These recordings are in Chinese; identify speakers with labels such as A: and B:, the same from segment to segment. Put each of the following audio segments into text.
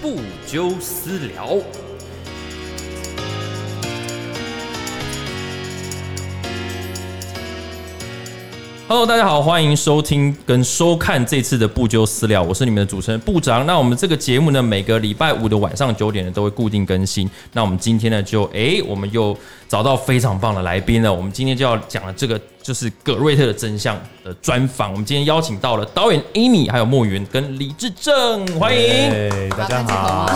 A: 不纠私聊。Hello，大家好，欢迎收听跟收看这次的不纠私聊，我是你们的主持人部长。那我们这个节目呢，每个礼拜五的晚上九点呢都会固定更新。那我们今天呢，就诶，我们又找到非常棒的来宾了。我们今天就要讲的这个就是葛瑞特的真相的专访。我们今天邀请到了导演 Amy，还有莫云跟李志正，欢迎。
B: 哎，大家好。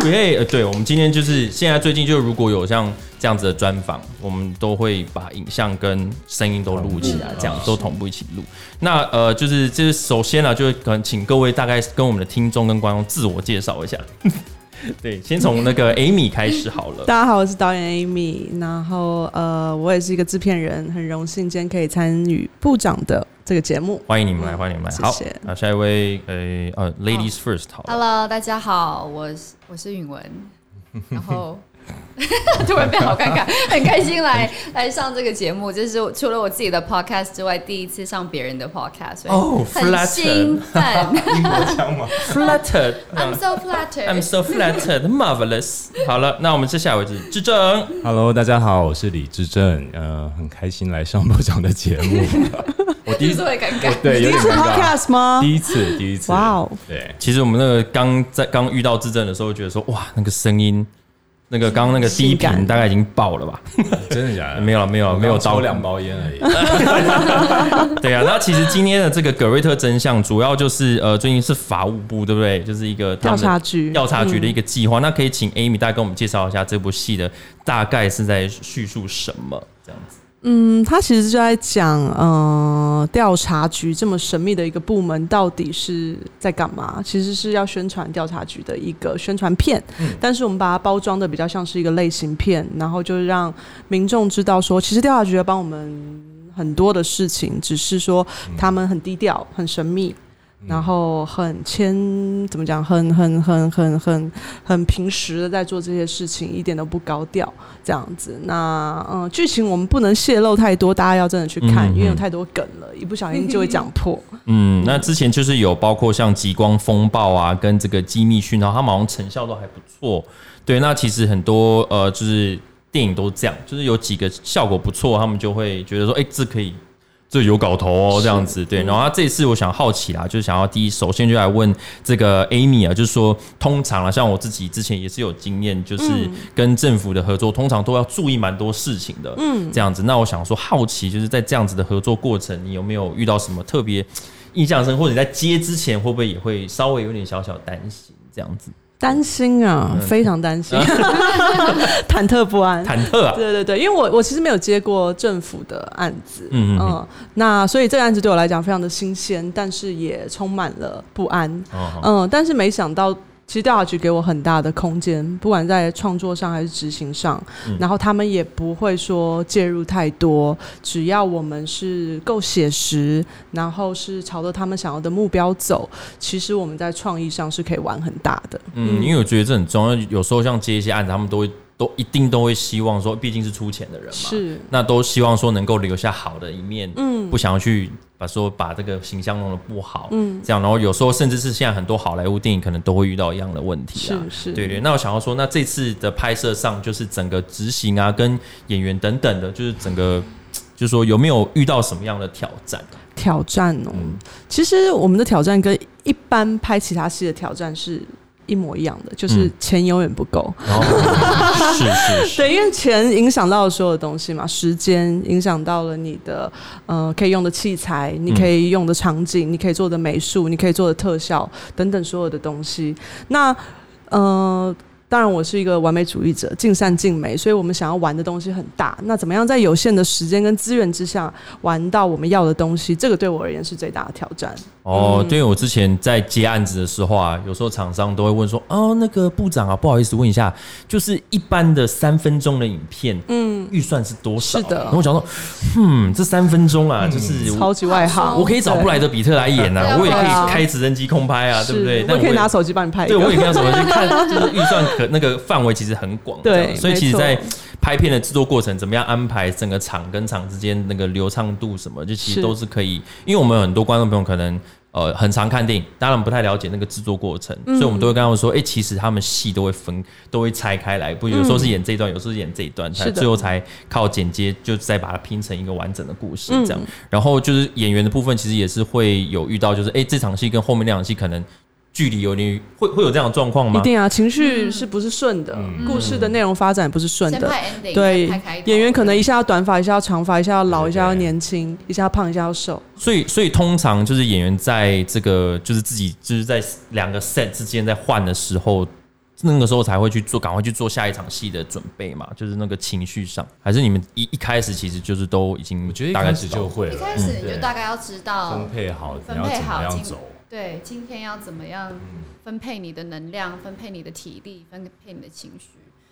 A: 对，呃，对，我们今天就是现在最近就是如果有像这样子的专访，我们都会把影像跟声音都录起来，这样都同步啊一起录。那呃，就是就是首先呢、就是可能请各位大概跟我们的听众跟观众自我介绍一下。 对，先从那个 Amy 开始好了。
C: 大家好，我是导演 Amy，然后呃，我也是一个制片人，很荣幸今天可以参与部长的这个节目。
A: 欢迎你们来，欢迎你们来。好
C: 谢谢，
A: 那下一位，呃呃，Ladies First 好了。
B: Hello，大家好，我是我是允文， 然后 突然变好尴尬， 很开心来来上这个节目，这是我除了我自己的 podcast 之外，第一次上别人的 podcast，所以
A: 哦
B: 很兴奋
D: 英国腔嘛，
A: Flattered，
B: ，I'm so
A: I'm
B: flattered。
A: so flattered, marvelous。好了，那我们是下一位是志正。
D: Hello，大家好，我是李志正，呃，很开心来上部长的节 目。我第一
B: 就是
D: 次，
B: 会尴尬，
D: 对，有
C: 第
D: 点
C: 一次
D: 尴尬。
C: podcast 吗？
D: 第一次，第一次。
C: 哇哦！
D: 对，
A: 其实我们那个刚在刚遇到智正的时候，觉得说哇，那个声音，那个刚刚那个低
C: 性感
A: 频大概已经爆了吧？
D: 真的假的？
A: 没有了，没有了，没有
D: 哎
A: 嗯
D: 我刚
A: 到
D: 抽两。包烟而已。
A: 对啊，那其实今天的这个葛瑞特真相，主要就是呃，最近是法务部对不对？就是一个他们的
C: 调查局嗯
A: 调查局的一个计划。那可以请 Amy 大概跟我们介绍一下这部戏的大概是在叙述什么这样子？
C: 嗯，他其实就在讲，呃，调查局这么神秘的一个部门到底是在干嘛？其实是要宣传调查局的一个宣传片，但是我们把它包装的比较像是一个类型片，然后就让民众知道说，其实调查局要帮我们很多的事情，只是说他们很低调、很神秘。
A: 嗯
C: 然后很谦，怎么讲？很很很很很很平时的在做这些事情，一点都不高调。这样子。那嗯，剧情我们不能泄露太多，大家要真的去看，
A: 嗯嗯
C: 因为有太多梗了，一不小心就会讲破。
A: 嗯，那之前就是有包括像极光风暴啊，跟这个机密讯号，他们好像成效都还不错。对，那其实很多呃，就是电影都这样，就是有几个效果不错，他们就会觉得说，哎、这可以，这有搞头哦，这样子。对，然后他这次我想好奇啦，就是想要第一首先就来问这个 Amy 啊，就是说，通常啊，像我自己之前也是有经验，就是跟政府的合作，通常都要注意蛮多事情的，嗯，这样子。那我想说，好奇就是在这样子的合作过程，你有没有遇到什么特别印象深，或者你在接之前会不会也会稍微有点小小担心这样子，
C: 担心啊，
A: 嗯
C: 非常担心， 忐忑不安。
A: 忐忑啊？
C: 对对对，因为我我其实没有接过政府的案子，
A: 嗯嗯
C: 嗯
A: 嗯
C: 那所以这个案子对我来讲非常的新鲜，但是也充满了不安。
A: 哦，
C: 嗯，但是没想到，其实调查局给我很大的空间，不管在创作上还是执行上，
A: 嗯
C: 然后他们也不会说介入太多，只要我们是够写实，然后是朝着他们想要的目标走，其实我们在创意上是可以玩很大的。
A: 嗯，因为我觉得这很重要。有时候像接一些案子，他们都会都一定都会希望说，毕竟是出钱的人嘛，
C: 是
A: 那都希望说能够留下好的一面，
C: 嗯
A: 不想要去把说把这个形象弄得不好，
C: 嗯
A: 这样。然后有时候甚至是现在很多好莱坞电影可能都会遇到一样的问题啊
C: 是。是，
A: 对对，那我想要说，那这次的拍摄上，就是整个执行啊，跟演员等等的，就是整个，就是说有没有遇到什么样的挑 战？
C: 挑战哦、其实我们的挑战跟一般拍其他戏的挑战是一模一样的，就是
A: 嗯
C: 钱永远不够。
A: 然后哦是是 是，
C: 对，因为钱影响到了所有东西嘛，时间影响到了你的呃可以用的器材，你可以用的场景，你可以做的美术，你可以做的特效等等所有的东西。那呃。当然，我是一个完美主义者，尽善尽美，所以我们想要玩的东西很大。那怎么样在有限的时间跟资源之下，玩到我们要的东西？这个对我而言是最大的挑战。
A: 哦，对，我之前在接案子的时候啊，有时候厂商都会问说，哦，那个部长啊，不好意思问一下，就是一般的三分钟的影片，嗯，预算是多少啊？
C: 是的
A: 然后我想说，嗯，这三分钟啊，就是
C: 超
A: 我
C: 级外行，
A: 我可以找布莱德比特来演
B: 对
A: 啊，
B: 啊
A: 我也可
C: 对啊
A: 以开直升机空拍啊，
C: 是
A: 对不对？
C: 我
A: 但
C: 也可以拿手机帮你拍一
A: 对，
C: 个。
A: 我也没有什么去看， 就是预算可那个范围其实很广，
C: 对
A: 这样所以其实，
C: 没错
A: 在拍片的制作过程，怎么样安排整个场跟场之间那个流畅度什么，就其实
C: 是
A: 都是可以，因为我们有很多观众朋友可能呃很常看电影，当然不太了解那个制作过程，
C: 嗯
A: 所以我们都会跟他们说，哎、其实他们戏都会分，都会拆开来，不有时候是演这一段，有时候是演这一段，才
C: 嗯是的
A: 最后才靠剪接就再把它拼成一个完整的故
C: 嗯
A: 事这样。然后就是演员的部分，其实也是会有遇到，就是哎、这场戏跟后面那场戏可能距离有点会会有嗯这样的状况吗
C: 一？定啊，情绪是不是顺的？故事的内容发展也不是顺
B: 嗯先
C: 的。
B: 拍 ending，
C: 对
B: 再拍开，头
C: 演员可能一下要短发，一下要长发，一下要老，
D: 对
C: 一下要年轻，一下要胖，一下要瘦。
A: 所以，所以通常就是演员在这个就是自己就是在两个 set 之间在换的时候，那个时候才会去做，赶快去做下一场戏的准备嘛，就是那个情绪上，还是你们一一开始其实就是都已经，
D: 我觉得一
A: 大概
D: 开
A: 知
D: 始
A: 道
D: 就会
B: 一
D: 了，嗯
B: 开始你就
D: 对
B: 大概要知道
D: 分，配好你
B: 分
D: 要
B: 配
D: 怎么
B: 好
D: 样
B: 进
D: 走，
B: 对，今天要怎么样
D: 嗯
B: 分配你的能量，分配你的体力，分配你的情绪。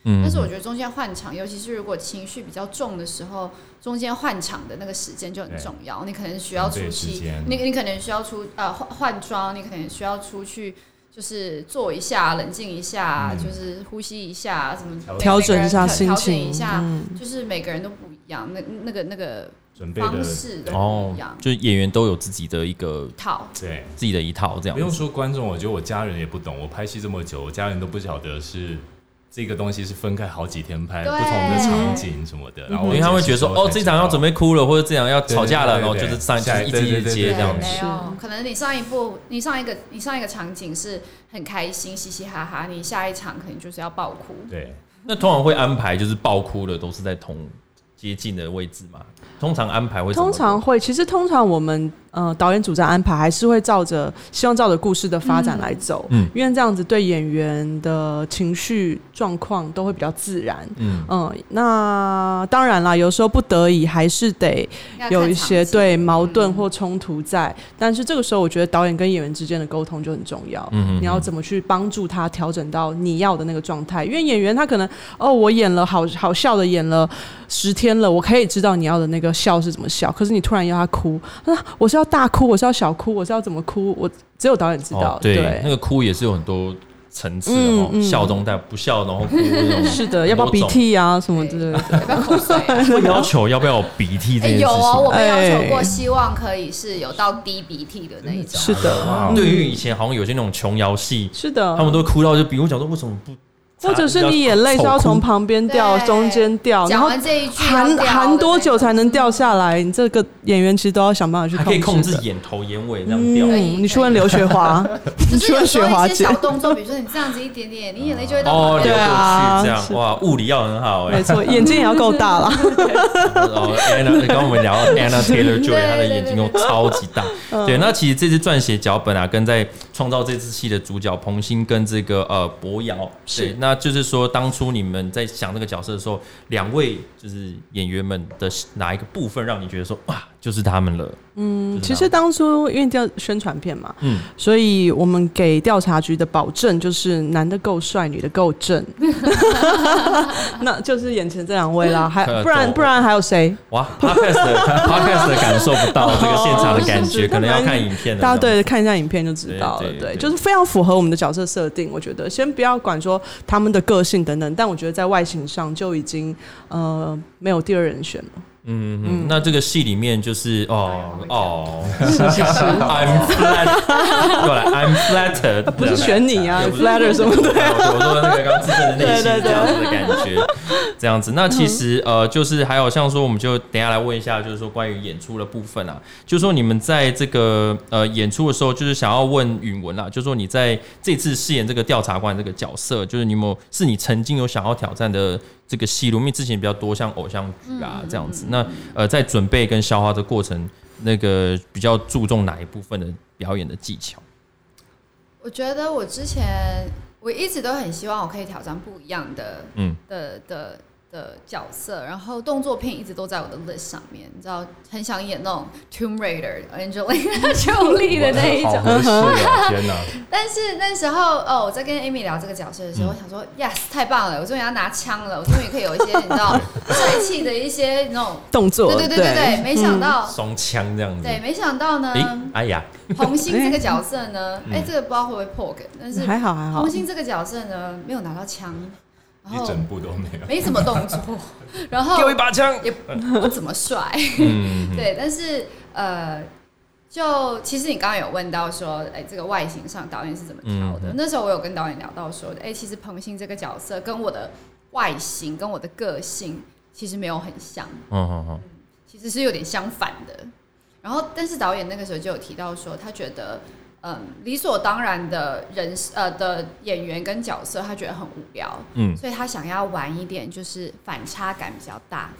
D: 嗯
B: 但是我觉得中间换场，尤其是如果情绪比较重的时候，中间换场的那个时间就很
D: 对
B: 重要。你可能需要
D: 准
B: 出
D: 备时
B: 去
D: 间，
B: 你你可能需要出呃换换装，你可能需要出去。就是坐一下，冷静一下，
D: 嗯
B: 就是呼吸一下，什么每
C: 调
B: 每个
C: 整
B: 人
C: 一下
B: 调
C: 心
B: 调整
C: 情
B: 一下，嗯就是每个人都不一样，那那个那个
D: 准备
B: 方
D: 的
B: 式都
A: 哦
B: 不一样，，
A: 就是演员都有自己的一个
B: 套
D: 对。
A: 自己的一套这样子
D: 不用说观众，我觉得我家人也不懂。我拍戏这么久，我家人都不晓得是这个东西是分开好几天拍，不
B: 对
D: 同的场景什么的。然后
A: 因为他们会觉得说，哦，这场要准
D: 备
A: 备哭了，或者这场要吵架了，
D: 对
A: 然
D: 对
A: 后
D: 对
A: 就是上就是
D: 下
A: 一
D: 一
A: 直一直接
D: 对
A: 这样
B: 对
A: 子。
B: 没有
C: 是，
B: 可能你上一部，你上一个，你上一个场景是很开心，嘻嘻哈哈，你下一场可能就是要爆哭。
D: 对，
A: 那通常会安排就是爆哭的都是在同接近的位置嘛？通常安排会怎么
C: 通常会，其实通常我们呃导演组在安排还是会照着希望照着故事的发展来走，
A: 嗯
C: 因为这样子对演员的情绪状况都会比较自然。
A: 嗯
C: 嗯，那当然啦，有时候不得已还是得
B: 要看
C: 有一些
B: 场景嗯
C: 对矛盾或冲突在，但是这个时候我觉得导演跟演员之间的沟通就很重要。
A: 嗯嗯嗯
C: 你要怎么去帮助他调整到你要的那个状态？因为演员他可能哦，我演了好好笑的演了十天了，我可以知道你要的那个笑是怎么笑，可是你突然要他哭，啊，我是要大哭，我是要小哭，我是要怎么哭？我只有导演知道
A: 哦。对，那个哭也是有很多层次的哦
C: 嗯，嗯
A: 笑中带不笑，然后哭那种
C: 是的，要不要鼻涕啊什么 之类的？
B: 要不要口水啊？
A: 会要求要不 要有鼻涕这
B: 哎
A: 件事情
B: 有哦，我
A: 啊？
B: 们要求过，
C: 哎
B: 希望可以是有到滴鼻涕的那一种。
C: 是的，
D: 哇
A: 对于以前好像有些那种琼瑶戏，
C: 是的，
A: 啊他们都哭到就比如讲说为什么不，
C: 或者是你眼泪是要从旁边掉、
B: 对
C: 中间掉，然
B: 讲
C: 后
B: 完这一句要
C: 含
B: 掉的
C: 含多久才能掉
B: 那
C: 下来？你这个演员其实都要想办法去
A: 还可以控制
C: 的。
A: 眼头眼尾这样掉。
B: 可以
C: 嗯，你去问刘雪华，
B: 种？就
C: 你
B: 是
C: 去
B: 有
C: 问
B: 时
C: 雪
B: 候
C: 华
B: 一些
C: 姐
B: 小，动作，比如说你这样子一点点，你眼泪就会到
A: 哦，流
B: 旁边
A: 过
C: 对啊
A: 去这样，
C: 是
A: 哇，物理要很好哎
C: 没。错，眼睛也要够大啦。
A: 哦，Anna 刚刚我们聊到 Anna Taylor
B: 对
A: Joy，
B: 对
A: 她的眼睛都超级大。对，那其实这次撰写脚本啊，跟在创造这次戏的主角彭鑫跟这个呃博瑶，
C: 是
A: 对，那就是说当初你们在想这个角色的时候，两位就是演员们的哪一个部分让你觉得说哇，就是他们了？嗯，
C: 其实当初因为叫宣传片嘛，
A: 嗯
C: 所以我们给调查局的保证就是男的够帅，女的够正， 那就是眼前这两位啦，还
A: 呃
C: 不然
A: 懂
C: 不然还有谁？
A: 哇，podcast 的 podcast 的感受不到这个现场的感
C: 是是
A: 觉，
C: 是
A: 可能要看影片的。
C: 大家对看一下影片就知道了
A: 对，对
C: 对，
A: 对
C: 就是非常符合我们的角色设定。我觉得先不要管说他们的个性等等，但我觉得在外形上就已经呃没有第二人选了。
A: 嗯，嗯嗯，那这个戏里面就是哦
B: 哎呀
A: 哦，I'm flat，过来，I'm flattered，
C: 不是选你啊
A: 对不是
C: ，flatter 什么 的。
A: 我说那个刚自身的内心
C: 对对对
A: 这样子的感觉，这样子。那其实呃，就是还有像说，我们就等一下来问一下，就是说关于演出的部分啊，就是说你们在这个呃演出的时候，就是想要问允文啦，就是说你在这次饰演这个调查官这个角色，就是你有没有是你曾经有想要挑战的这个戏路？因为之前比较多像偶像剧
C: 嗯
A: 啊这样子。那呃，在准备跟消化的过程，那个比较注重哪一部分的表演的技巧？
B: 我觉得我之前我一直都很希望我可以挑战不一样的，
A: 嗯
B: 嗯，的的的角色，然后动作片一直都在我的 list 上面，你知道，很想演那种 Tomb Raider、Angelina Jolie 的那一
D: 好
B: 种。
D: 合适哦，天哪！
B: 但是那时候，哦，我在跟 Amy 聊这个角色的时候，我想说，yes，太棒了，我终于要拿枪了，我终于可以有一些你知道帅气的一些那种，
C: 动作，
B: 对对对对对，嗯没想
C: 哦
B: 到，
A: 双枪这样子。
B: 对，没想到呢
C: 嗯
A: 哎、，哎呀，
B: 红星这个角色 呢，哎，这个不知道会不会破梗，但是
C: 还好还好
B: 红。星这个角色呢，没有拿到枪，然
D: 一
B: 后
D: 整部都没有。
B: 没什么动 作，然后
A: 给我一把枪。嗯
B: 也不怎么帅，对，但是呃，就其实你刚刚有问到说，哎、这个外形上导演是怎么挑的？
A: 嗯
B: 那时候我有跟导演聊到说，哎、其实彭鑫这个角色跟我的外形跟我的个性其实没有很像，
A: 嗯嗯嗯，
B: 其实是有点相反的。然后，但是导演那个时候就有提到说，他觉得，嗯，理所当然的人呃的演员跟角色，他觉得很无聊，
A: 嗯
B: 所以他想要玩一点，就是反差感比较大，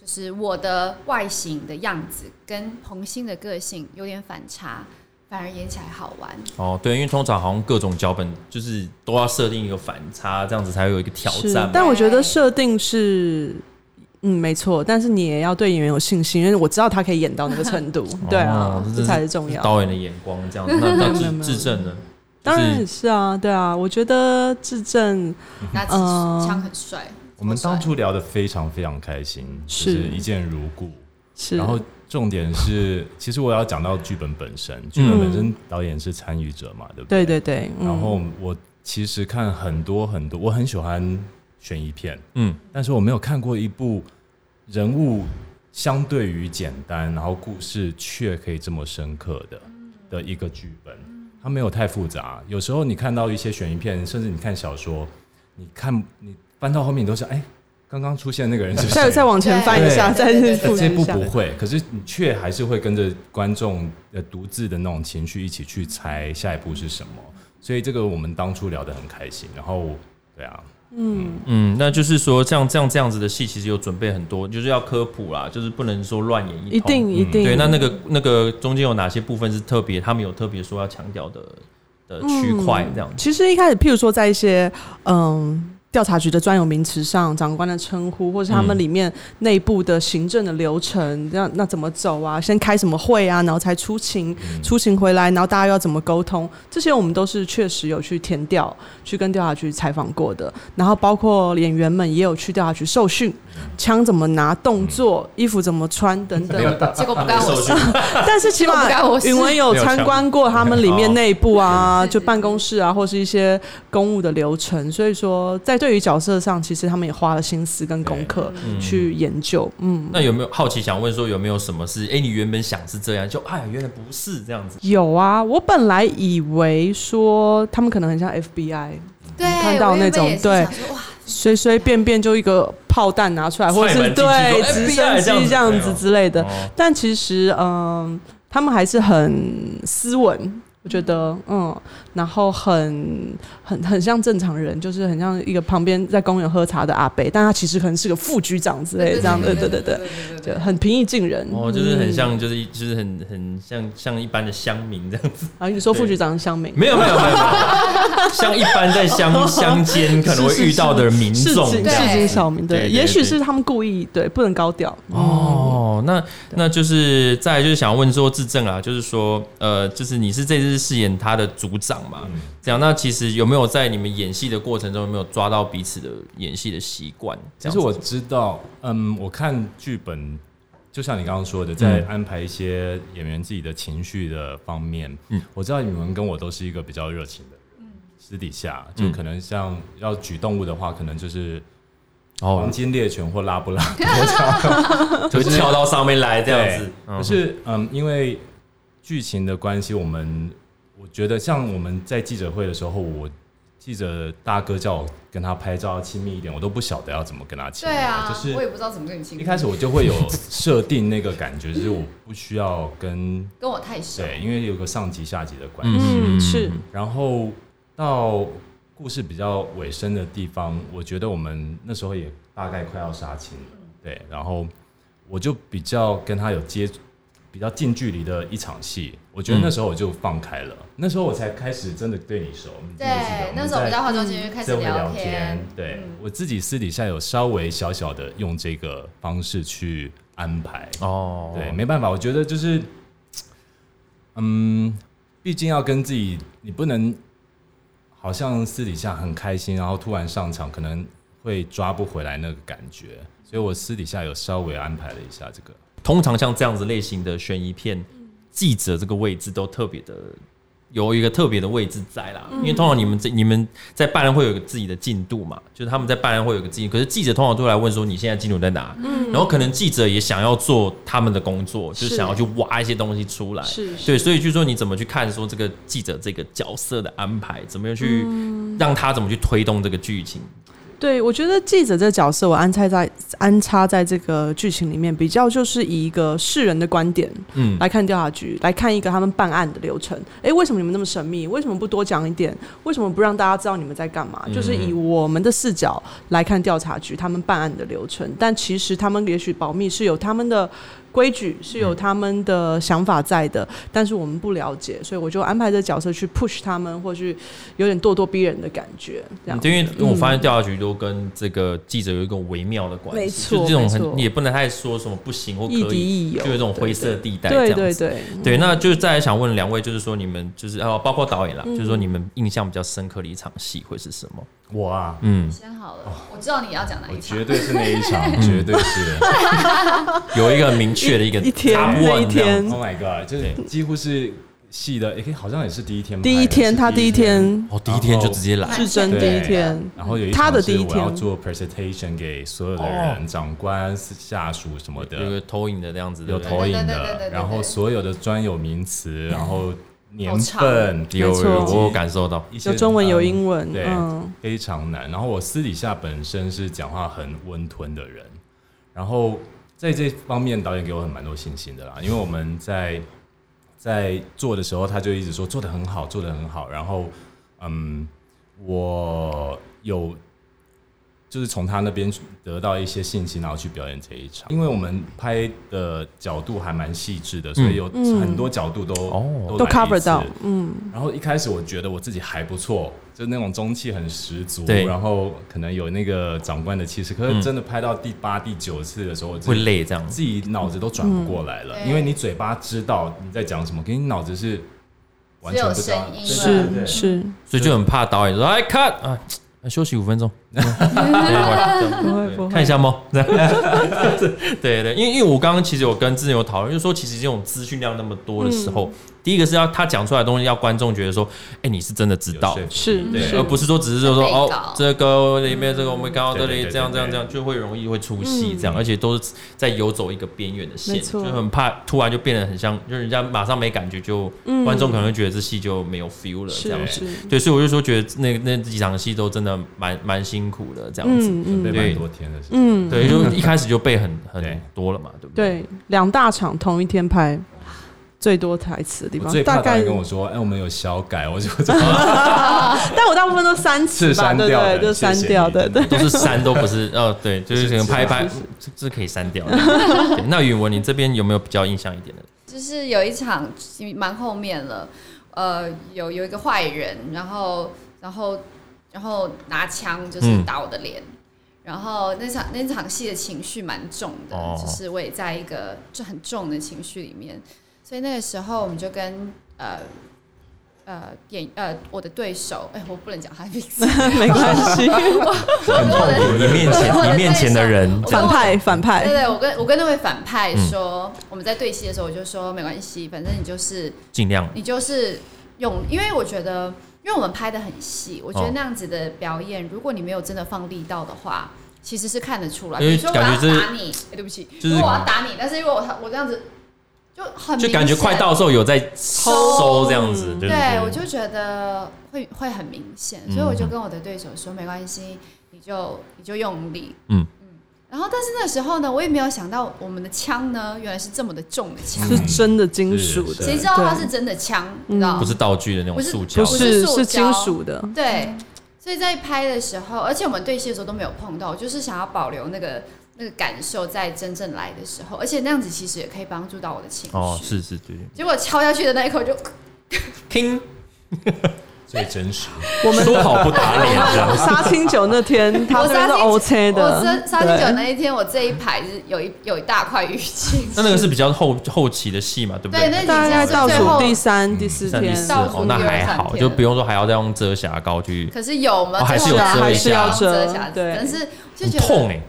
B: 就是我的外形的样子跟彭鑫的个性有点反差，反而演起来好玩。
A: 哦，对，因为通常好像各种脚本就是都要设定一个反差，这样子才会有一个挑
C: 是
A: 战，嘛。
C: 但我觉得设定是。嗯，没错，但是你也要对演员有信心，因为我知道他可以演到那个 程度，对啊
A: 哦，
C: 这才
A: 是
C: 是重要。
A: 导演的眼光这样，那那
C: 没有没
A: 自自
C: 有
A: 证呢？
C: 当然
A: 就
C: 也是啊，对啊，我觉得质证
B: 那支
C: 嗯
B: 枪很帅，
D: 我们
B: 超帅
D: 当初聊得非常非常开心，就是是一见如故。
C: 是，
D: 然后重点是，其实我要讲到剧本本
B: 嗯
D: 身，剧本本身导演是参与者嘛，对不
C: 对
D: 对
C: 对对，嗯
D: 然后我其实看很多很多，我很喜欢悬疑片，
A: 嗯，
D: 但是我没有看过一部人物相对于简单，然后故事却可以这么深刻的的一个剧本。它没有太复杂，有时候你看到一些悬疑片，甚至你看小说，你看你翻到后面，你都是哎，刚刚出现那个人是谁？
C: 再再往前翻一下，再
B: 对对对
C: 去
B: 对
C: 复
D: 哎这
C: 制
D: 部
C: 一下
D: 不。会，可是你却还是会跟着观众呃独自的那种情绪一起去猜下一步是什么，所以这个我们当初聊得很开心，然后对啊，
A: 嗯，那就是说，像这样这样子的戏，其实有准备很多，就是要科普啦，就是不能说乱演
C: 一
A: 一通
C: 定一定
A: 哦对，那那个那个中间有哪些部分是特别，他们有特别说要强调的的区
C: 嗯
A: 块这样子？
C: 其实一开始，譬如说在一些嗯调查局的专有名词上，长官的称呼，或是他们
A: 嗯
C: 里面内部的行政的流程，那那怎么走啊？先开什么会啊？然后才出勤，
A: 嗯
C: 出勤回来，然后大家又要怎么沟通？这些我们都是确实有去填调，去跟调查局采访过的。然后包括演员们也有去调查局受训，
A: 嗯
C: 枪怎么拿，动作、衣服怎么穿等等。
B: 结果不干我事，
C: 但是起
B: 这
C: 码
B: 个不干我事
C: 允文有参观过他们里面内部啊，
A: 哦
B: 嗯
C: 就办公室啊，或是一些公务的流程，所以说在对于角色上，其实他们也花了心思跟功课去研究。嗯，
A: 那有没有好奇想问说有没有什么是哎、诶你原本想是这样，就哎呀原来不是这样子？
C: 有啊，我本来以为说他们可能很像 FBI，
B: 对，
C: 看到
B: 我原本
C: 那种
B: 也是
C: 对
B: 想说哇，
C: 随随便便就一个炮弹拿出来，或
A: 踹
C: 者是
A: 门进去说
C: 对直
A: FBI 这样
C: 升机
A: 子
C: 这样子之类的。
A: 哦，
C: 但其实，嗯，他们还是很斯文，我觉得，嗯，然后很很很像正常人，就是很像一个旁边在公园喝茶的阿伯，但他其实可能是个副局长之类的，这样，对对对对，
B: 对
C: 就很平易近人。
A: 哦，就是很
C: 嗯
A: 像，就是一就是很很像像一般的乡民这样子，
C: 啊，你说副局长是乡民，
A: 没有没有没有，像一般在 乡乡间可能会遇到的民
C: 市
A: 众
C: 井
A: 这
B: 对
A: 样
C: 市井小民，
A: 对
C: 对，
A: 对
C: 也许
A: 对
C: 是他们故意，对，不能高调。
A: 哦，那那就是再来就是想问说志正啊，就是说呃，就是你是这次饰演他的组长嘛？
D: 嗯
A: 这样，那其实有没有在你们演戏的过程中有没有抓到彼此的演戏的习惯？这
D: 其
A: 样
D: 实
A: 子
D: 我知道，嗯，我看剧本，就像你刚刚说的，在
A: 嗯
D: 安排一些演员自己的情绪的方面，
A: 嗯
D: 嗯，我知道你们跟我都是一个比较热情的人，私底下就
A: 嗯
D: 可能像要举动物的话，可能就是黄
A: 哦，
D: 金猎犬或拉布拉
A: 就会跳到上面来这样子
D: 对，
A: 嗯
D: 可是嗯，因为剧情的关系，我们我觉得像我们在记者会的时候，我记者大哥叫我跟他拍照要亲密一点，我都不晓得要怎么跟他亲
B: 对
D: 密，
B: 啊，
D: 就是
B: 我也不知道怎么跟你亲
D: 一，开始我就会有设定那个感觉，就是我不需要跟
B: 跟我太熟，
D: 对，因为有个上级下级的关系。
A: 嗯
C: 嗯是
D: 然后到故事比较尾声的地方，我觉得我们那时候也大概快要杀青了，对。然后我就比较跟他有接触，比较近距离的一场戏，我觉得那时候我就放开了，那时候我才开始真的对你熟。你记不记得
B: 嗯对
D: 我，们
B: 那时候我
D: 在
B: 们在化妆间就开始
D: 在会聊
B: 天，嗯
D: 对、我自己私底下有稍微小小的用这个方式去安排，
A: 哦，
D: 对，没办法，我觉得就是，嗯，毕竟要跟自己，你不能好像私底下很开心，然后突然上场，可能会抓不回来那个感觉，所以我私底下有稍微安排了一下这个。
A: 通常像这样子类型的悬疑片，记者这个位置都特别的有一个特别的位置在啦，因为通常你们这你们在办案会有个自己的进度嘛，就是他们在办案会有个自己，可是记者通常都会来问说你现在进度在哪，然后可能记者也想要做他们的工作，就是是想要去挖一些东西出来，
C: 是是
A: 嗯对，所以就说你怎么去看说这个记者这个角色的安排，怎么样去让他怎么去推动这个剧情，
C: 对，我觉得记者这角色，我安插在安插在这个剧情里面，比较就是以一个世人的观点
A: 嗯，
C: 来看调查局，来看一个他们办案的流程。诶，为什么你们那么神秘？为什么不多讲一点？为什么不让大家知道你们在干嘛？就是以
A: 嗯
C: 我们的视角来看调查局他们办案的流程，但其实他们也许保密是有他们的。规矩是
A: 嗯
C: 有他们的想法在的，但是我们不了解，所以我就安排这角色去 push 他们，或去有点咄咄逼人的感觉。这样
A: 嗯
C: 子，
A: 对因为我发现调查局都跟这个记者有一个微妙的关系，
C: 没错
A: 就是这种
C: 没错
A: 很你也不能太说什么不行或可
C: 亦敌
A: 以，
C: 亦友，
A: 就有一种灰色地带这
C: 对
A: 样
C: 对
A: 子。
C: 对，
A: 对，那就是再来想问两位，就是说你们就是哦，包括导演
C: 嗯
A: 啦，就是说你们印象比较深刻的一场戏会是什么？
D: 我啊，
A: 嗯，
B: 先好了，我知道你要讲哪
D: 我
B: 一场
D: 绝。对是那一 场，绝对是。
A: 有一个很明确的一个
C: 一天
A: top
C: 那一
A: one 这样
C: 天
D: Oh my god！就是几乎是戏的，诶，好像也是第一天拍的，
C: 第一天他第一天
A: 哦，第一天就直接来，
C: 是真
D: 对
C: 第一天，
D: 然后有一
C: 他
D: 场
C: 的
D: 是
C: 第一
D: 我要
C: 天
D: 做 presentation 给所有的人，长官、下属什么
A: 哦有一
D: 的，
A: 个投影的这样子，对
D: 有
A: 不对
D: 投影
B: 对对对对对
D: 的，
B: 对
D: 然后所有的专有名词，然后年
B: 好
D: 份
B: 长，
A: 有
C: 没错
A: 有我有感受到，
D: 一些
C: 有中文有英
D: 嗯
C: 文，
D: 对，
C: 嗯，
D: 非常难。然后我私底下本身是讲话很温吞的人，然后在这方面导演给我很蛮多信心的啦，因为我们在在做的时候，他就一直说做的很好，做的很好。然后，嗯，我有就是从他那边得到一些信息，然后去表演这一
C: 嗯
D: 场。因为我们拍的角度还蛮细致的，所以有很多角度都、
A: 哦
D: 来
C: 都
D: 一
C: cover
D: 次
C: 到，嗯，
D: 然后一开始我觉得我自己还不错，就那种中气很十足，
A: 对
D: 然后可能有那个长官的气势。可是真的拍到第八、第九次的时候，我自
A: 会
D: 己
A: 累这样子，
D: 自己脑子都转不过来了，
B: 嗯
D: 因为你嘴巴知道你在讲什么，可是你脑子是完全不知道
B: 只有声。音
D: 对对对对
C: 是是，
A: 所以就很怕导演说哎 cut 啊，嘖休息五 分钟，对这样
B: 啊
C: 不会不
A: 看
C: 会
A: 一，下猫，这样对对，因为因为我刚刚其实有跟之前有讨论，就是说其实这种资讯量那么多的时候，
C: 嗯
A: 第一个是要他讲出来的东西要观众觉得说，哎、你是真的知道
D: 有，说服
C: 是
D: 对
A: 而
C: 是，
A: 不是说只是就说
B: 被告
A: 哦，这个里面这个我们看到这
D: 对对
A: 里
D: 对
A: 这样
D: 对
A: 这样
D: 对
A: 这样，就会容易会出戏这样，而且都是在游走一个边缘的线，
C: 嗯没
A: 就
C: 错
A: 很怕突然就变得很像，就人家马上没感觉就，
C: 嗯
A: 观众可能会觉得这戏就没有 feel 了这样
C: 是
A: 子。
C: 是，
A: 对，所以我就说觉得那那几场戏都真的蛮蛮辛苦的这样子。
D: 准
C: 嗯
D: 备
C: 嗯
D: 蛮多天的时间。
C: 嗯，
A: 对，就一开始就背很
D: 对
A: 很多了嘛，对不对？
C: 对，两大场同一天拍，最多台词的地
D: 我
C: 方
D: 最，怕
C: 大
D: 导
C: 概
D: 演，跟我说：“哎，我们有小改。”我就
C: 但我大部分都删
D: 是
C: 词吧，
D: 删
C: 对
D: 掉的
C: 对，就删掉，
D: 谢谢
C: 对
D: 你
C: 对。
A: 都是删，都不是，哦， 对，就是可能拍一拍，
C: 是
A: 嗯这这可以删掉。 对那允文，你这边有没有比较印象一点的？
B: 就是有一场蛮后面了，呃，有有一个坏人，然后然后然后拿枪就是
A: 嗯
B: 打我的脸，然后那场那场戏的情绪蛮重的，
A: 哦
B: 就是我也在一个就很重的情绪里面，所以那个时候我们就跟呃。呃，演呃，我的对手，哎、我不能讲他的名字，
C: 没关 系，
D: 很痛苦
A: 你面
B: 我
A: 前，
B: 的
A: 你面前的人
B: 对，象
C: 反派反
B: 对
C: 派，
B: 对，我跟我跟那位反派
A: 嗯
B: 说，我们在对戏的时候，我就说没关系，反正你就是
A: 尽量
B: 你就是用，因为我觉得，因为我们拍的很细，我觉
A: 哦
B: 得那样子的表演，如果你没有真的放力道的话，其实是看得出来。
A: 因
B: 比
A: 为
B: 如说我要
A: 感觉
B: 打你，哎、对不起，
A: 就是
B: 如果我要打你，但是因为我我这样子就很
A: 就感觉
B: 明显
A: 快到的时候有在收这样子，
C: 嗯
A: 对
B: 对，我
A: 对
B: 就觉得会会很明显，
A: 嗯
B: 所以我就跟我的对手说，没关系，你就你就用力，
A: 嗯
B: 然后，但是那时候呢，我也没有想到我们的枪呢，原来是这么的重的枪，
A: 嗯
C: 是真的金属的，
D: 是
B: 谁知道它
C: 对
B: 是真的枪，你知道？
A: 不是道具的那种
B: 不是
A: 塑胶
C: 不
B: 不，是
C: 是
B: 塑
C: 是
B: 胶
C: 金属的？
B: 对，所以在拍的时候，而且我们对戏的时候都没有碰到，我就是想要保留那个那个感受在真正来的时候，而且那样子其实也可以帮助到我的情绪。
A: 哦，是是对
B: 结果敲下去的那一刻就，
A: ，King
D: 最真实。
C: 我们
A: 说好不打脸这 样，
C: 杀青酒那天，他
B: 我
C: 这
B: 杀
C: 边是
B: 青
C: OK 的，
B: 我杀杀青酒
C: 对
B: 那一天，我这一排是有一有一大块淤青。
A: 那那个是比较后后期的戏嘛，对不
B: 对，那
A: 对？
B: 几
C: 大概
B: 天
C: 倒
B: 是最
C: 数
B: 后，
C: 第三、第四
A: 三第
C: 天，
A: 四
B: 倒数
A: 哦，那
B: 第二
A: 还
B: 三
A: 好，
B: 天
A: 就不用说还要再用遮瑕膏去，
B: 可是有吗？
A: 哦还是
B: 最后
A: 有
B: 呢
A: 遮一
B: 还
A: 下
B: 是要遮
C: 还是要遮对
B: 但是就
A: 很
B: 觉得
A: 痛哎，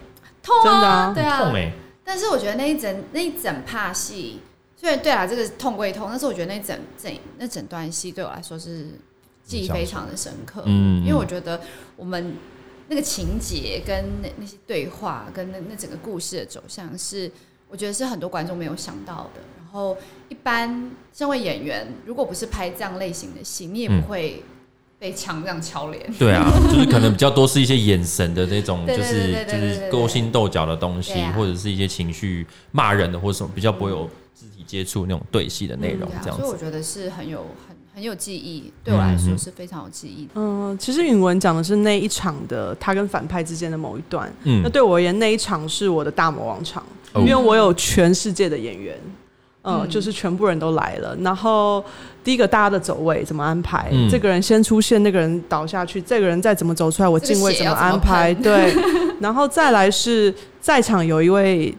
B: 痛
C: 真的
B: 啊，
C: 啊
B: 对啊，
A: 痛哎，
B: 但是我觉得那一整那一整帕戏，虽然对啊，这个痛归痛，但是我觉得那整整那整段戏对我来说是记忆非常的深刻。
A: 嗯
B: 因为我觉得我们那个情节跟那那些对话跟那那整个故事的走向是，我觉得是很多观众没有想到的。然后一般身为演员，如果不是拍这样类型的戏，你也
A: 嗯
B: 不会被枪这样敲脸。
A: 对啊，就是可能比较多是一些眼神的那种，
B: 对
A: 就
B: 对对
A: 是
B: 对对
A: 就
B: 对对
A: 是勾心斗角的东西
B: 对啊，
A: 或者是一些情绪骂人的或者什么，比较不会有肢体接触那种对戏的内容
C: 嗯
B: 对啊
A: 这样
B: 所以我
A: 子。
B: 觉得是很有很很有记忆，对我来
A: 嗯
B: 说
A: 嗯
B: 是非常有记忆的。
C: 嗯，其实允文讲的是那一场的他跟反派之间的某一段。那
A: 嗯，
C: 对我而言，那一场是我的大魔王场，
A: 哦
C: 因为我有全世界的演员，嗯、
B: 嗯
C: 就是全部人都来了。然后第一个大家的走位怎么安排？
A: 嗯
C: 这个人先出现，那个人倒下去，这个人再怎么走出来，我
B: 这个
C: 敬畏
B: 血
C: 怎么
B: 要怎么
C: 安排？
B: 喷
C: 对，然后再来是在场有一位。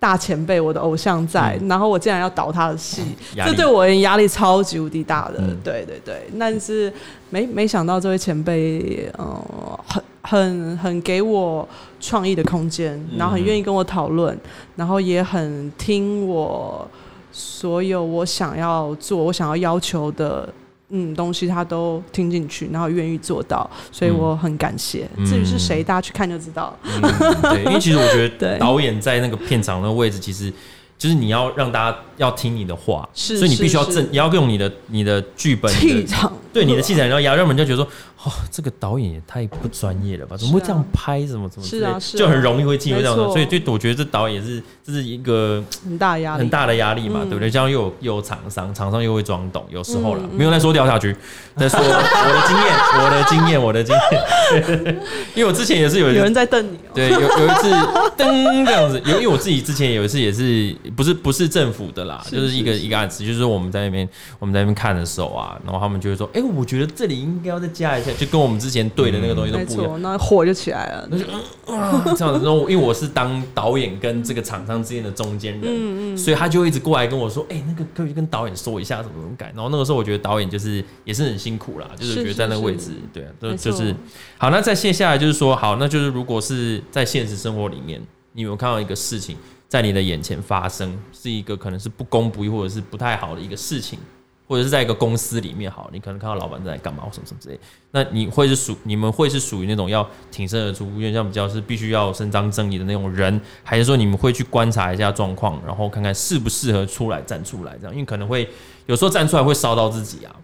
C: 大前辈，我的偶像在，
A: 嗯
C: 然后我竟然要导他的戏，
A: 压
C: 这
A: 力
C: 对我而言压力超级无敌大的。
A: 嗯
C: 对对对，但是没没想到这位前辈，呃，很很很给我创意的空间，
A: 嗯
C: 然后很愿意跟我讨论，然后也很听我所有我想要做、我想要要求的。嗯，东西他都听进去，然后愿意做到，所以我很感谢。
D: 嗯
C: 至于是谁，大家去看就知道了。
D: 嗯对，
A: 对，因为其实我觉
C: 对
A: 得导演在那个片场的位置，其实就是你要让大家要听你的话，
C: 是
A: 所以你必须要
C: 是
A: 正，
C: 是
A: 你要用你的你的剧本你的
C: 气场，
A: 对你的器材，然后要让人家觉得说，哦，这个导演也太不专业了吧？怎么会
C: 是啊
A: 这样拍？什么什么之类
C: 是
A: 的？
C: 啊是啊
A: 就很容易会进入这样的
C: 没。错
A: 所以，对，我觉得这导演是这是一个
C: 很大压力，嗯
A: 很大的压力嘛，对不对？这样又有又有厂商，厂商又会装懂，有时候啦，
C: 嗯
A: 没有在说调查局，在说我的经验，我的经验，我的经验。 因为我之前也是有一
C: 有
A: 次
C: 人在瞪你哦、
A: 对，有有一次噔这样子，有因为我自己之前有一次也是不是不是政府的啦，
C: 是
A: 就是一个
C: 是是
A: 一个案子，就是我们在那边我们在那边看的时候啊，然后他们就会说，哎、我觉得这里应该要再加一下，就跟我们之前对的那个东西都
C: 没
A: 不一样。
C: 错，那火就起来了。
A: 这 样子，然后因为我是当导演跟这个厂商之间的中间人，
C: 嗯
A: 所以他就一直过来跟我说，哎、那个可以跟导演说一下怎么怎么改。然后那个时候我觉得导演就是也是很辛苦啦，就是
C: 是
A: 觉得在那个
C: 是
A: 位
C: 是
A: 置，对啊，
C: 没
A: 就
C: 错
A: 就是好。那再卸下来就是说，好，那就是如果是在现实生活里面，你有没有看到一个事情在你的眼前发生，是一个可能是不公不义或者是不太好的一个事情，或者是在一个公司里面，好，你可能看到老板在干嘛或什么什么之类，那你会是属你们会是属于那种要挺身而出，有点像比较是必须要伸张正义的那种人，还是说你们会去观察一下状况，然后看看适不适合出来站出来这样？因为可能会有时候站出来会烧到自己啊，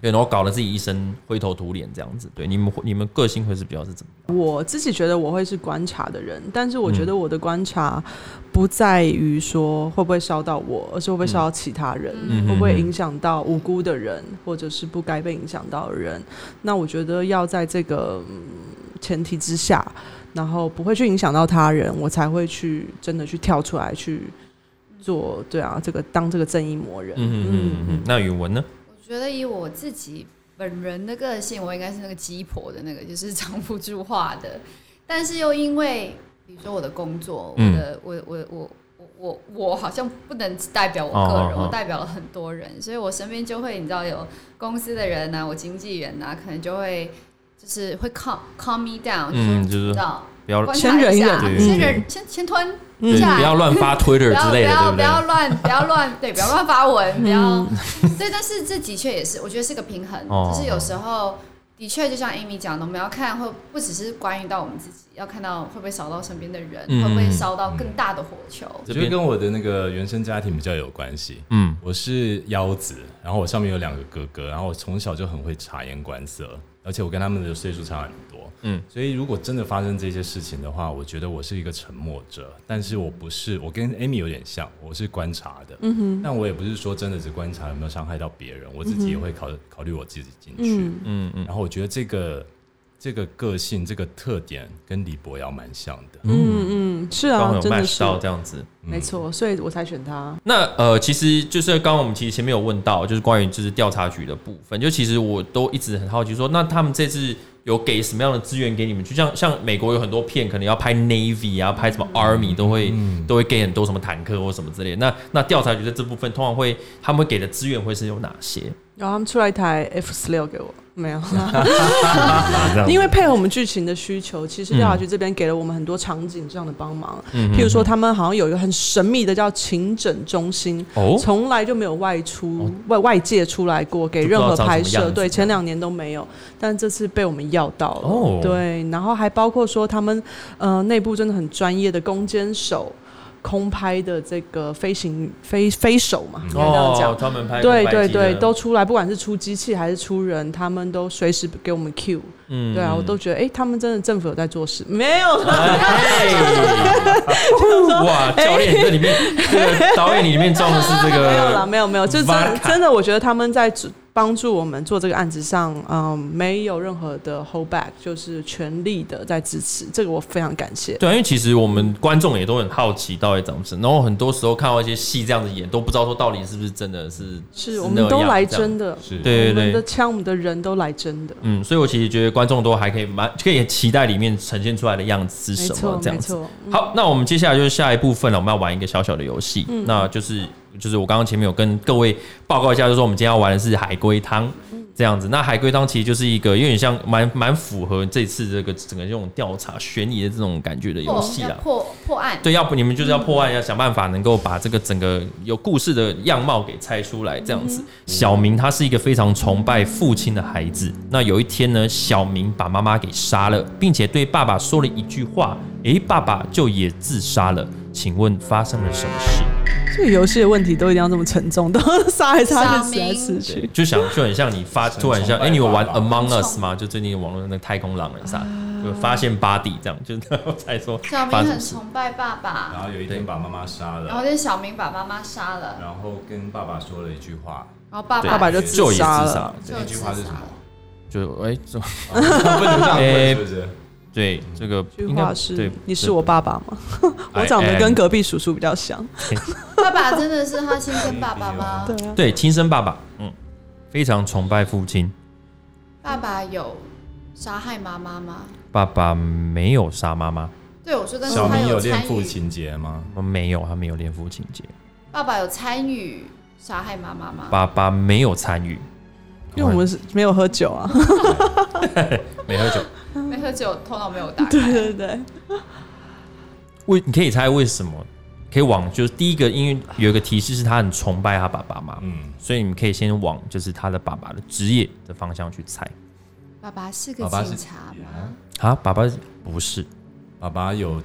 A: 对，然后搞得自己一身灰头土脸这样子。对，你们会你们个性会是比较是怎么样？
C: 我自己觉得我会是观察的人，但是我觉
A: 嗯
C: 得我的观察不在于说会不会烧到我，而是会不会烧到其他人，
A: 嗯
C: 会不会影响到无辜的人，或者是不该被影响到的人。那我觉得要在这个、嗯前提之下，然后不会去影响到他人，我才会去真的去跳出来去做，对啊，这个当这个正义魔人。
A: 嗯嗯嗯嗯。那语文呢？
B: 我觉得以我自己本人的个性，我应该是那个鸡婆的那个，就是藏不住话的。 但是又因为，比如说我的工作，
A: 嗯
B: 我的我我我我我我好像不能只代表我个人，
A: 哦哦哦
B: 我代表了很多人，所以我身边就会你知道有公司的人呐、我经纪人呐、可能就会就是会 calm calm me down，
A: 嗯，
B: 就是
A: 就
B: 你
A: 是
B: 知道
A: 不要
B: 观
C: 先
B: 察一
C: 忍一
B: 下，
A: 忍对
B: 先忍，先先吞
A: 对
B: 下来，
A: 不要乱发推特
B: 不要
A: 之类的，对
B: 要
A: 不
B: 不
A: 对？
B: 要乱不要乱对，不要乱发文，不要。对，但是这的确也是，我觉得是个平衡，
A: 哦
B: 就是有时候的确就像 Amy 讲的，我们要看会不只是关于到我们自己，要看到会不会烧到身边的人，
A: 嗯
B: 会不会烧到更大的火球。
D: 我觉得跟我的那个原生家庭比较有关系。
A: 嗯，
D: 我是幺子，然后我上面有两个哥哥，然后我从小就很会察言观色，而且我跟他们的岁数差很多。
A: 嗯
D: 嗯，所以如果真的发生这些事情的话，我觉得我是一个沉默者，但是我不是，我跟 Amy 有点像，我是观察的。嗯哼，但我也不是说真的只观察有没有伤害到别人，我自己也会考、考虑我自己进去。
C: 嗯
A: 嗯嗯
D: 然后我觉得这个这个个性这个特点跟李博瑶蛮像的。
C: 嗯嗯，是
A: 刚好
C: 啊
A: 有，
C: 真的
A: match
C: 是，
A: 到这样嗯子。
C: 没错，所以我才选他。
A: 那呃，其实就是刚刚我们其实前面有问到，就是关于就是调查局的部分，就其实我都一直很好奇说，那他们这次有给什么样的资源给你们？就像像美国有很多片可能要拍 Navy 啊，拍什么 Army 都会、都会给很多什么坦克或什么之类的那那调查局在这部分通常会他们会给的资源会是有哪些？
C: 然后他们出了一台 F 十六给我，没有，
A: 嗯
D: 这样子
C: 因为配合我们剧情的需求，其实调查局这边给了我们很多场景上的帮忙。
A: 嗯
C: 譬如说，他们好像有一个很神秘的叫勤诊中心，
A: 哦，
C: 从来就没有外出、外外界出来过，给
A: 就不知
C: 任
A: 道
C: 何
A: 长
C: 拍
A: 什么样
C: 摄。
A: 子
C: 对，前两年都没有，但这次被我们要到了。
A: 哦
C: 对，然后还包括说他们呃内部真的很专业的攻坚手。空拍的这个飞行飞飞手嘛，应该这样讲
A: 哦，，专门拍
C: 对
A: 空白
C: 对
A: 机的
C: 对，都出来，不管是出机器还是出人，他们都随时给我们 Q。
A: 嗯
C: 对啊，我都觉得，哎、他们真的政府有在做事，没有啦
A: 哎 哇， 教练这里面，这个导演里面装的是这
C: 哎没有啦，
A: 个，
C: 没有没有，就真
A: Vodka
C: 真的，我觉得他们在主帮助我们做这个案子上，嗯，没有任何的 hold back，就是全力的在支持，这个我非常感谢。
A: 对啊，因为其实我们观众也都很好奇到底怎么是，然后很多时候看到一些戏这样子演，都不知道说到底是不是真的是
C: 是我
A: 那
C: 们
A: 样
C: 都来
A: 这样
C: 真的，
D: 是
A: 对对
C: 我们的
A: 对，
C: 枪，我们的人都来真的，
A: 嗯，所以我其实觉得观众都还可以蛮可以期待里面呈现出来的样子是
C: 没
A: 什么
C: 错
A: 这
C: 没
A: 样子。
C: 错。
A: 好，那我们接下来就是下一部分了，我们要玩一个小小的游戏，那就是就是我刚刚前面有跟各位报告一下，就是我们今天要玩的是海龟汤。这样子，那海龟汤其实就是一个有点像蛮蛮符合这次这个整个这种调查悬疑的这种感觉的游
B: 破
A: 戏啊
B: 哦要
A: 啦。
B: 破破案，
A: 对，要不你们就是要
B: 嗯
A: 破案，要想办法能够把这个整个有故事的样貌给猜出来。这样子，小明他是一个非常崇拜父亲的孩子。那有一天呢，小明把妈妈给杀了，并且对爸爸说了一句话：“诶，爸爸就也自杀了。”请问发生了什么事？
C: 这个游戏的问题都一定要这么沉重，都 杀来杀
B: 杀
C: 去，死来死
A: 对
C: 去。，
A: 就想就很像你发突然像，哎、你有玩
D: 很崇
A: Among
B: 很
A: Us 吗？就最近网络上那个太空狼人杀，就发现 body 这样，就是 然后才说
B: 小
A: 发
B: 明
A: 生什么
B: 很
A: 事。
B: 崇拜爸
D: 然
B: 爸，
D: 后有一
A: 对
D: 天把妈妈杀
B: 然后
D: 了，
B: 就是小明把妈妈杀了，
D: 然后跟爸爸说了一句 话，
B: 然后爸
A: 对
B: 爸
C: 爸就
B: 自
A: 就也自
C: 杀了
A: 杀了，
B: 就
D: 那句话是什么？
A: 就哎、这
D: 啊不能这样问是不是？
A: 对这个
C: 句
A: 应
C: 话
A: 该
C: 是
A: 对，：“哎
C: 你是我爸爸吗？”我长得跟隔壁叔叔比较像。
B: 爸爸真的是他亲生爸爸吗？
C: 对啊，
A: 对亲生爸爸，嗯，非常崇拜父亲。
B: 爸爸有杀害妈妈吗？
A: 爸爸没有杀妈妈，
B: 对，我说，但是
D: 小
B: 他
D: 明有
B: 有
D: 恋
B: 参
D: 父
B: 与，
D: 情节吗？
A: 没有，他没有恋父情节。
B: 爸爸有参与杀害妈妈吗？
A: 爸爸没有参与，
C: 因为我们是没有喝酒啊。
A: 没喝酒。
B: 没喝酒，头脑没有打
C: 对
B: 开。
C: 对对，
A: 为你可以猜为什么？可以往就是第一个，因为有一个提示是他很崇拜他爸爸嘛，
D: 嗯，
A: 所以你们可以先往就是他的爸爸的职业的方向去猜。
B: 爸爸是个
D: 爸爸是
B: 警察吗？
A: 啊，爸爸不是，
D: 爸爸有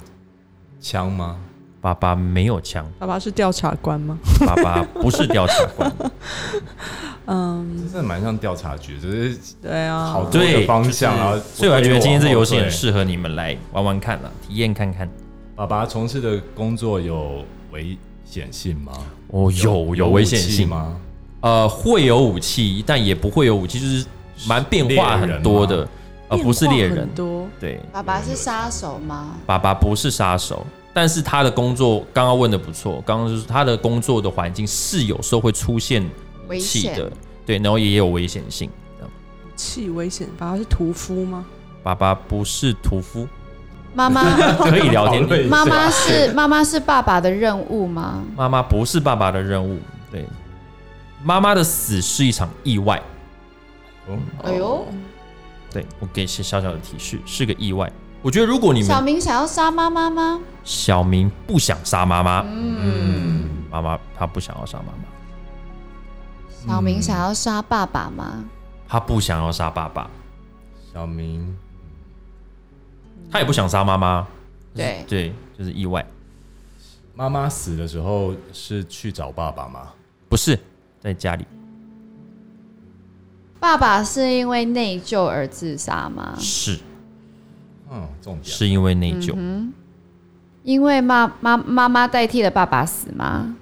D: 枪吗？
A: 爸爸没有枪，
C: 爸爸是调查官吗？
A: 爸爸不是调查官。
C: 嗯，
D: 真的蛮像调查局，只是
C: 对
D: 好
C: 啊，
D: 多
A: 哦对
D: 个方向，然后
A: 所以我觉得今天这游戏
D: 我
A: 很
D: 对
A: 适合你们来玩玩看了，体验看看。
D: 爸爸从事的工作有危险性吗？
A: 哦，有有
D: 武
A: 危险
D: 器
A: 性？
D: 吗？
A: 呃，会有武器，但也不会有武器，就是蛮变化很多
D: 猎人
A: 的，呃，不是猎
C: 变化
A: 人
C: 很。多。
A: 对，
B: 爸爸是杀手吗？
A: 爸爸不是杀手，但是他的工作刚刚问的不错，刚刚就是他的工作的环境是有时候会出现武
B: 危
A: 器的
B: 险，，
A: 对，然后也有危险性。这样
C: 气危险，爸爸是屠夫吗？
A: 爸爸不是屠夫，
B: 妈妈，
A: 可以聊天
D: 讨。论一下
B: 妈妈是妈妈是爸爸的任务吗？
A: 妈妈不是爸爸的任务，对，妈妈的死是一场意外。
D: 哦
B: 哎呦，
A: 对我给一些小小的提示，是个意外。我觉得如果你
B: 小
A: 们
B: 明想要杀妈妈吗？
A: 小明不想杀妈妈，
B: 嗯，
A: 妈妈她不想要杀妈妈，嗯
B: 小明想要杀爸爸吗？
A: 她不想要杀爸爸，
D: 小明
A: 她也不想杀妈妈。
B: 对
A: 对，就是意外，
D: 妈妈死的时候是去找爸爸吗？
A: 不是在家里，
B: 爸爸是因为内疚而自杀吗？
A: 是
D: 嗯，重点
A: 是因为内疚，
B: 嗯因为妈妈妈妈代替了爸爸死吗？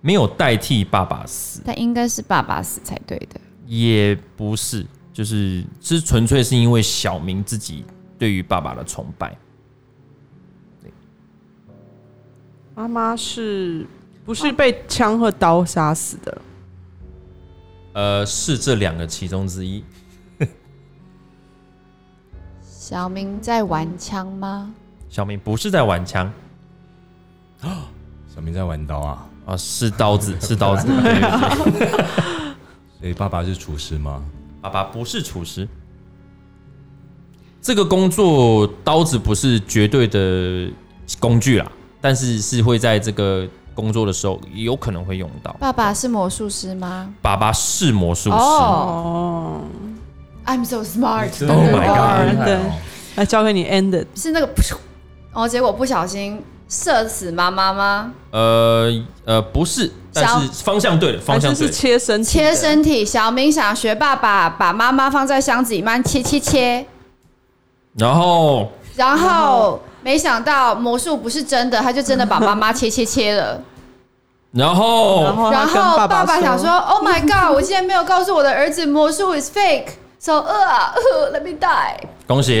A: 没有代替爸爸死，
B: 但应该是爸爸死才对的。
A: 也不是，就是是纯粹是因为小明自己对于爸爸的崇拜。
C: 妈妈是不是被枪和刀杀死的？
A: 呃，是这两个其中之一，
B: 小明在玩枪吗？
A: 小明不是在玩枪
D: 小明在玩刀啊，
A: 啊，是刀子，是刀子。对对对
D: 诶，爸爸是厨师吗？
A: 爸爸不是厨师，这个工作刀子不是绝对的工具啦，但是是会在这个工作的时候有可能会用到。
B: 爸爸是魔术师吗？
A: 爸爸是魔术师，
B: 哦、
C: 哦，
B: i m so smart，
D: 真
B: 对
D: 的
A: Oh
B: 对
A: my
B: 对
A: god
D: 好厉害哦
C: 来交给你 ended。
B: 是那个噗，然后结果不小心射死妈妈吗？
A: 呃呃不是，但是方向对了，方向
C: 还是
A: 对了，
C: 是切身体的
B: 切身体，小明想学爸爸把妈妈放在箱子里面切切切，
A: 然后
B: 然
C: 然
B: 后
C: 后
B: 没想到魔术不是真的，他就真的把妈妈切切切 了。
A: 然
C: 然
A: 后
C: 后
B: 然
C: 他
B: 后
C: 跟爸
B: 爸想说
C: 说，
B: ：“Oh my god！我竟然没有告诉我的儿子魔术 is fake。” So 饿啊，呃，Let me die。
A: 恭喜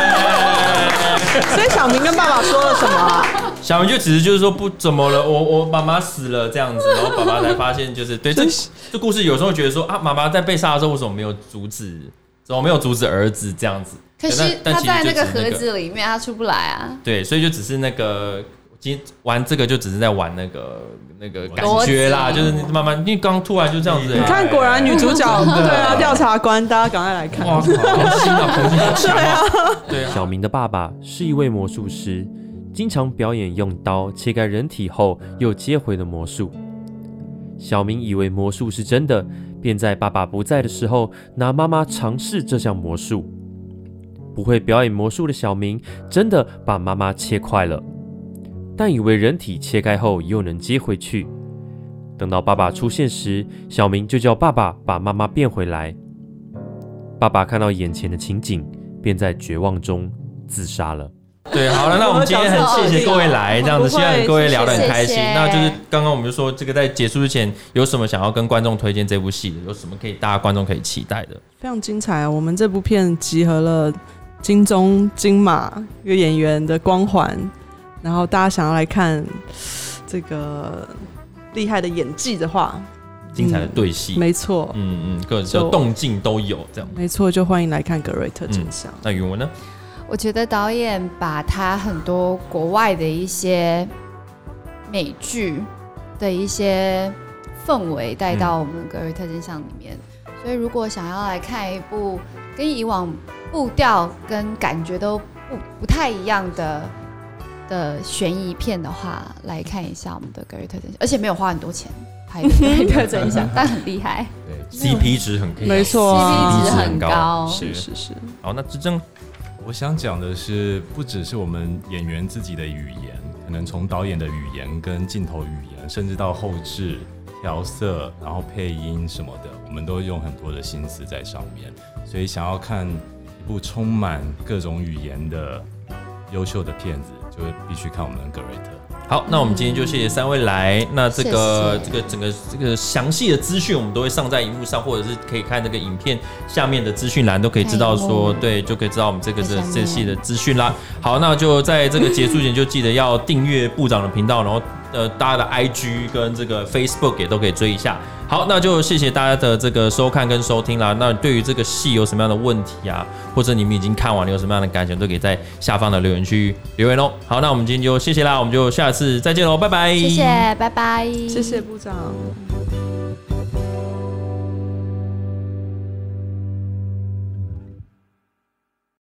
C: 所以小明跟爸爸说了什么啊？
A: 小明就只是就是说不怎么了，我我妈妈死了这样子，然后爸爸才发现就是对这
C: 真是
A: 这故事有时候觉得说啊，妈妈在被杀的时候为什么没有阻止，怎么没有阻止儿子这样子？
B: 可
A: 对
B: 是
A: 但
B: 他在
A: 但其实
B: 那
A: 就
B: 个
A: 只是
B: 盒子里面，他出不来啊。
A: 对，所以就只是那个，今玩这个就只是在玩那个那个感
B: 逻辑
A: 觉啦，就是慢慢，因为刚突然就这样子、
D: 你
C: 你
A: 欸，
C: 看，果然女主角
D: 真的
C: 对啊，调查官，大家赶快来看。
A: 哇，好新啊，红心好强啊，对啊，
E: 小明的爸爸是一位魔术师，经常表演用刀切开人体后又接回的魔术。小明以为魔术是真的，便在爸爸不在的时候拿妈妈尝试这项魔术。不会表演魔术的小明真的把妈妈切块了，但以为人体切开后又能接回去。等到爸爸出现时，小明就叫爸爸把妈妈变回来。爸爸看到眼前的情景，便在绝望中自杀了。
A: 对，好了，那我们今天很谢谢各位来，这样子，希望各位聊得很开心。
B: 谢谢
A: 那就是刚刚我们就说，这个在结束之前有什么想要跟观众推荐这部戏的，有什么可以大家观众可以期待的？
C: 非常精彩啊！我们这部片集合了金钟、金马一个演员的光环，然后大家想要来看这个厉害的演技的话，
A: 精彩的对戏，
C: 没错，
A: 嗯嗯，各种
C: 就
A: 动静都有这样。
C: 没错，就欢迎来看《格瑞特真相》
A: 那云文呢？
B: 我觉得导演把他很多国外的一些美剧的一些氛围带到我们《格瑞特真相》里面，所以如果想要来看一部跟以往步调跟感觉都不不太一样的的悬疑片的话，来看一下我们的《格瑞特真相》，而且没有花很多钱拍 的《格瑞特真相》，但很厉害
D: 对，
A: CP 值很高，
C: 没错啊
B: ，CP 值
A: 值
B: 很
A: 很
B: 高
A: 高，
C: 是
A: 是。
C: 是是，
A: 好，那之正
D: 我想讲的是，不只是我们演员自己的语言，可能从导演的语言跟镜头语言，甚至到后置调色，然后配音什么的，我们都用很多的心思在上面。所以想要看一部充满各种语言的优秀的片子，就必须看我们的格瑞特。
A: 好，那我们今天就谢谢三位来。那这个
B: 谢谢
A: 这个整个这个详细的资讯，我们都会上在荧幕上，或者是可以看那个影片下面的资讯栏，都可以知道说，
B: 看
A: 对，就可以知道我们这个这
B: 看下面
A: 这系的资讯啦。好，那就在这个结束前，就记得要订阅部长的频道，然后呃，大家的 IG 跟这个 Facebook 也都可以追一下。好，那就谢谢大家的这个收看跟收听啦。那对于这个戏有什么样的问题啊，或者你们已经看完了有什么样的感想，都可以在下方的留言区留言哦。好，
B: 嗯
A: 那我们今天就谢谢啦，我们就下次再见喽，拜拜。
B: 谢谢，拜拜，
C: 谢谢部长。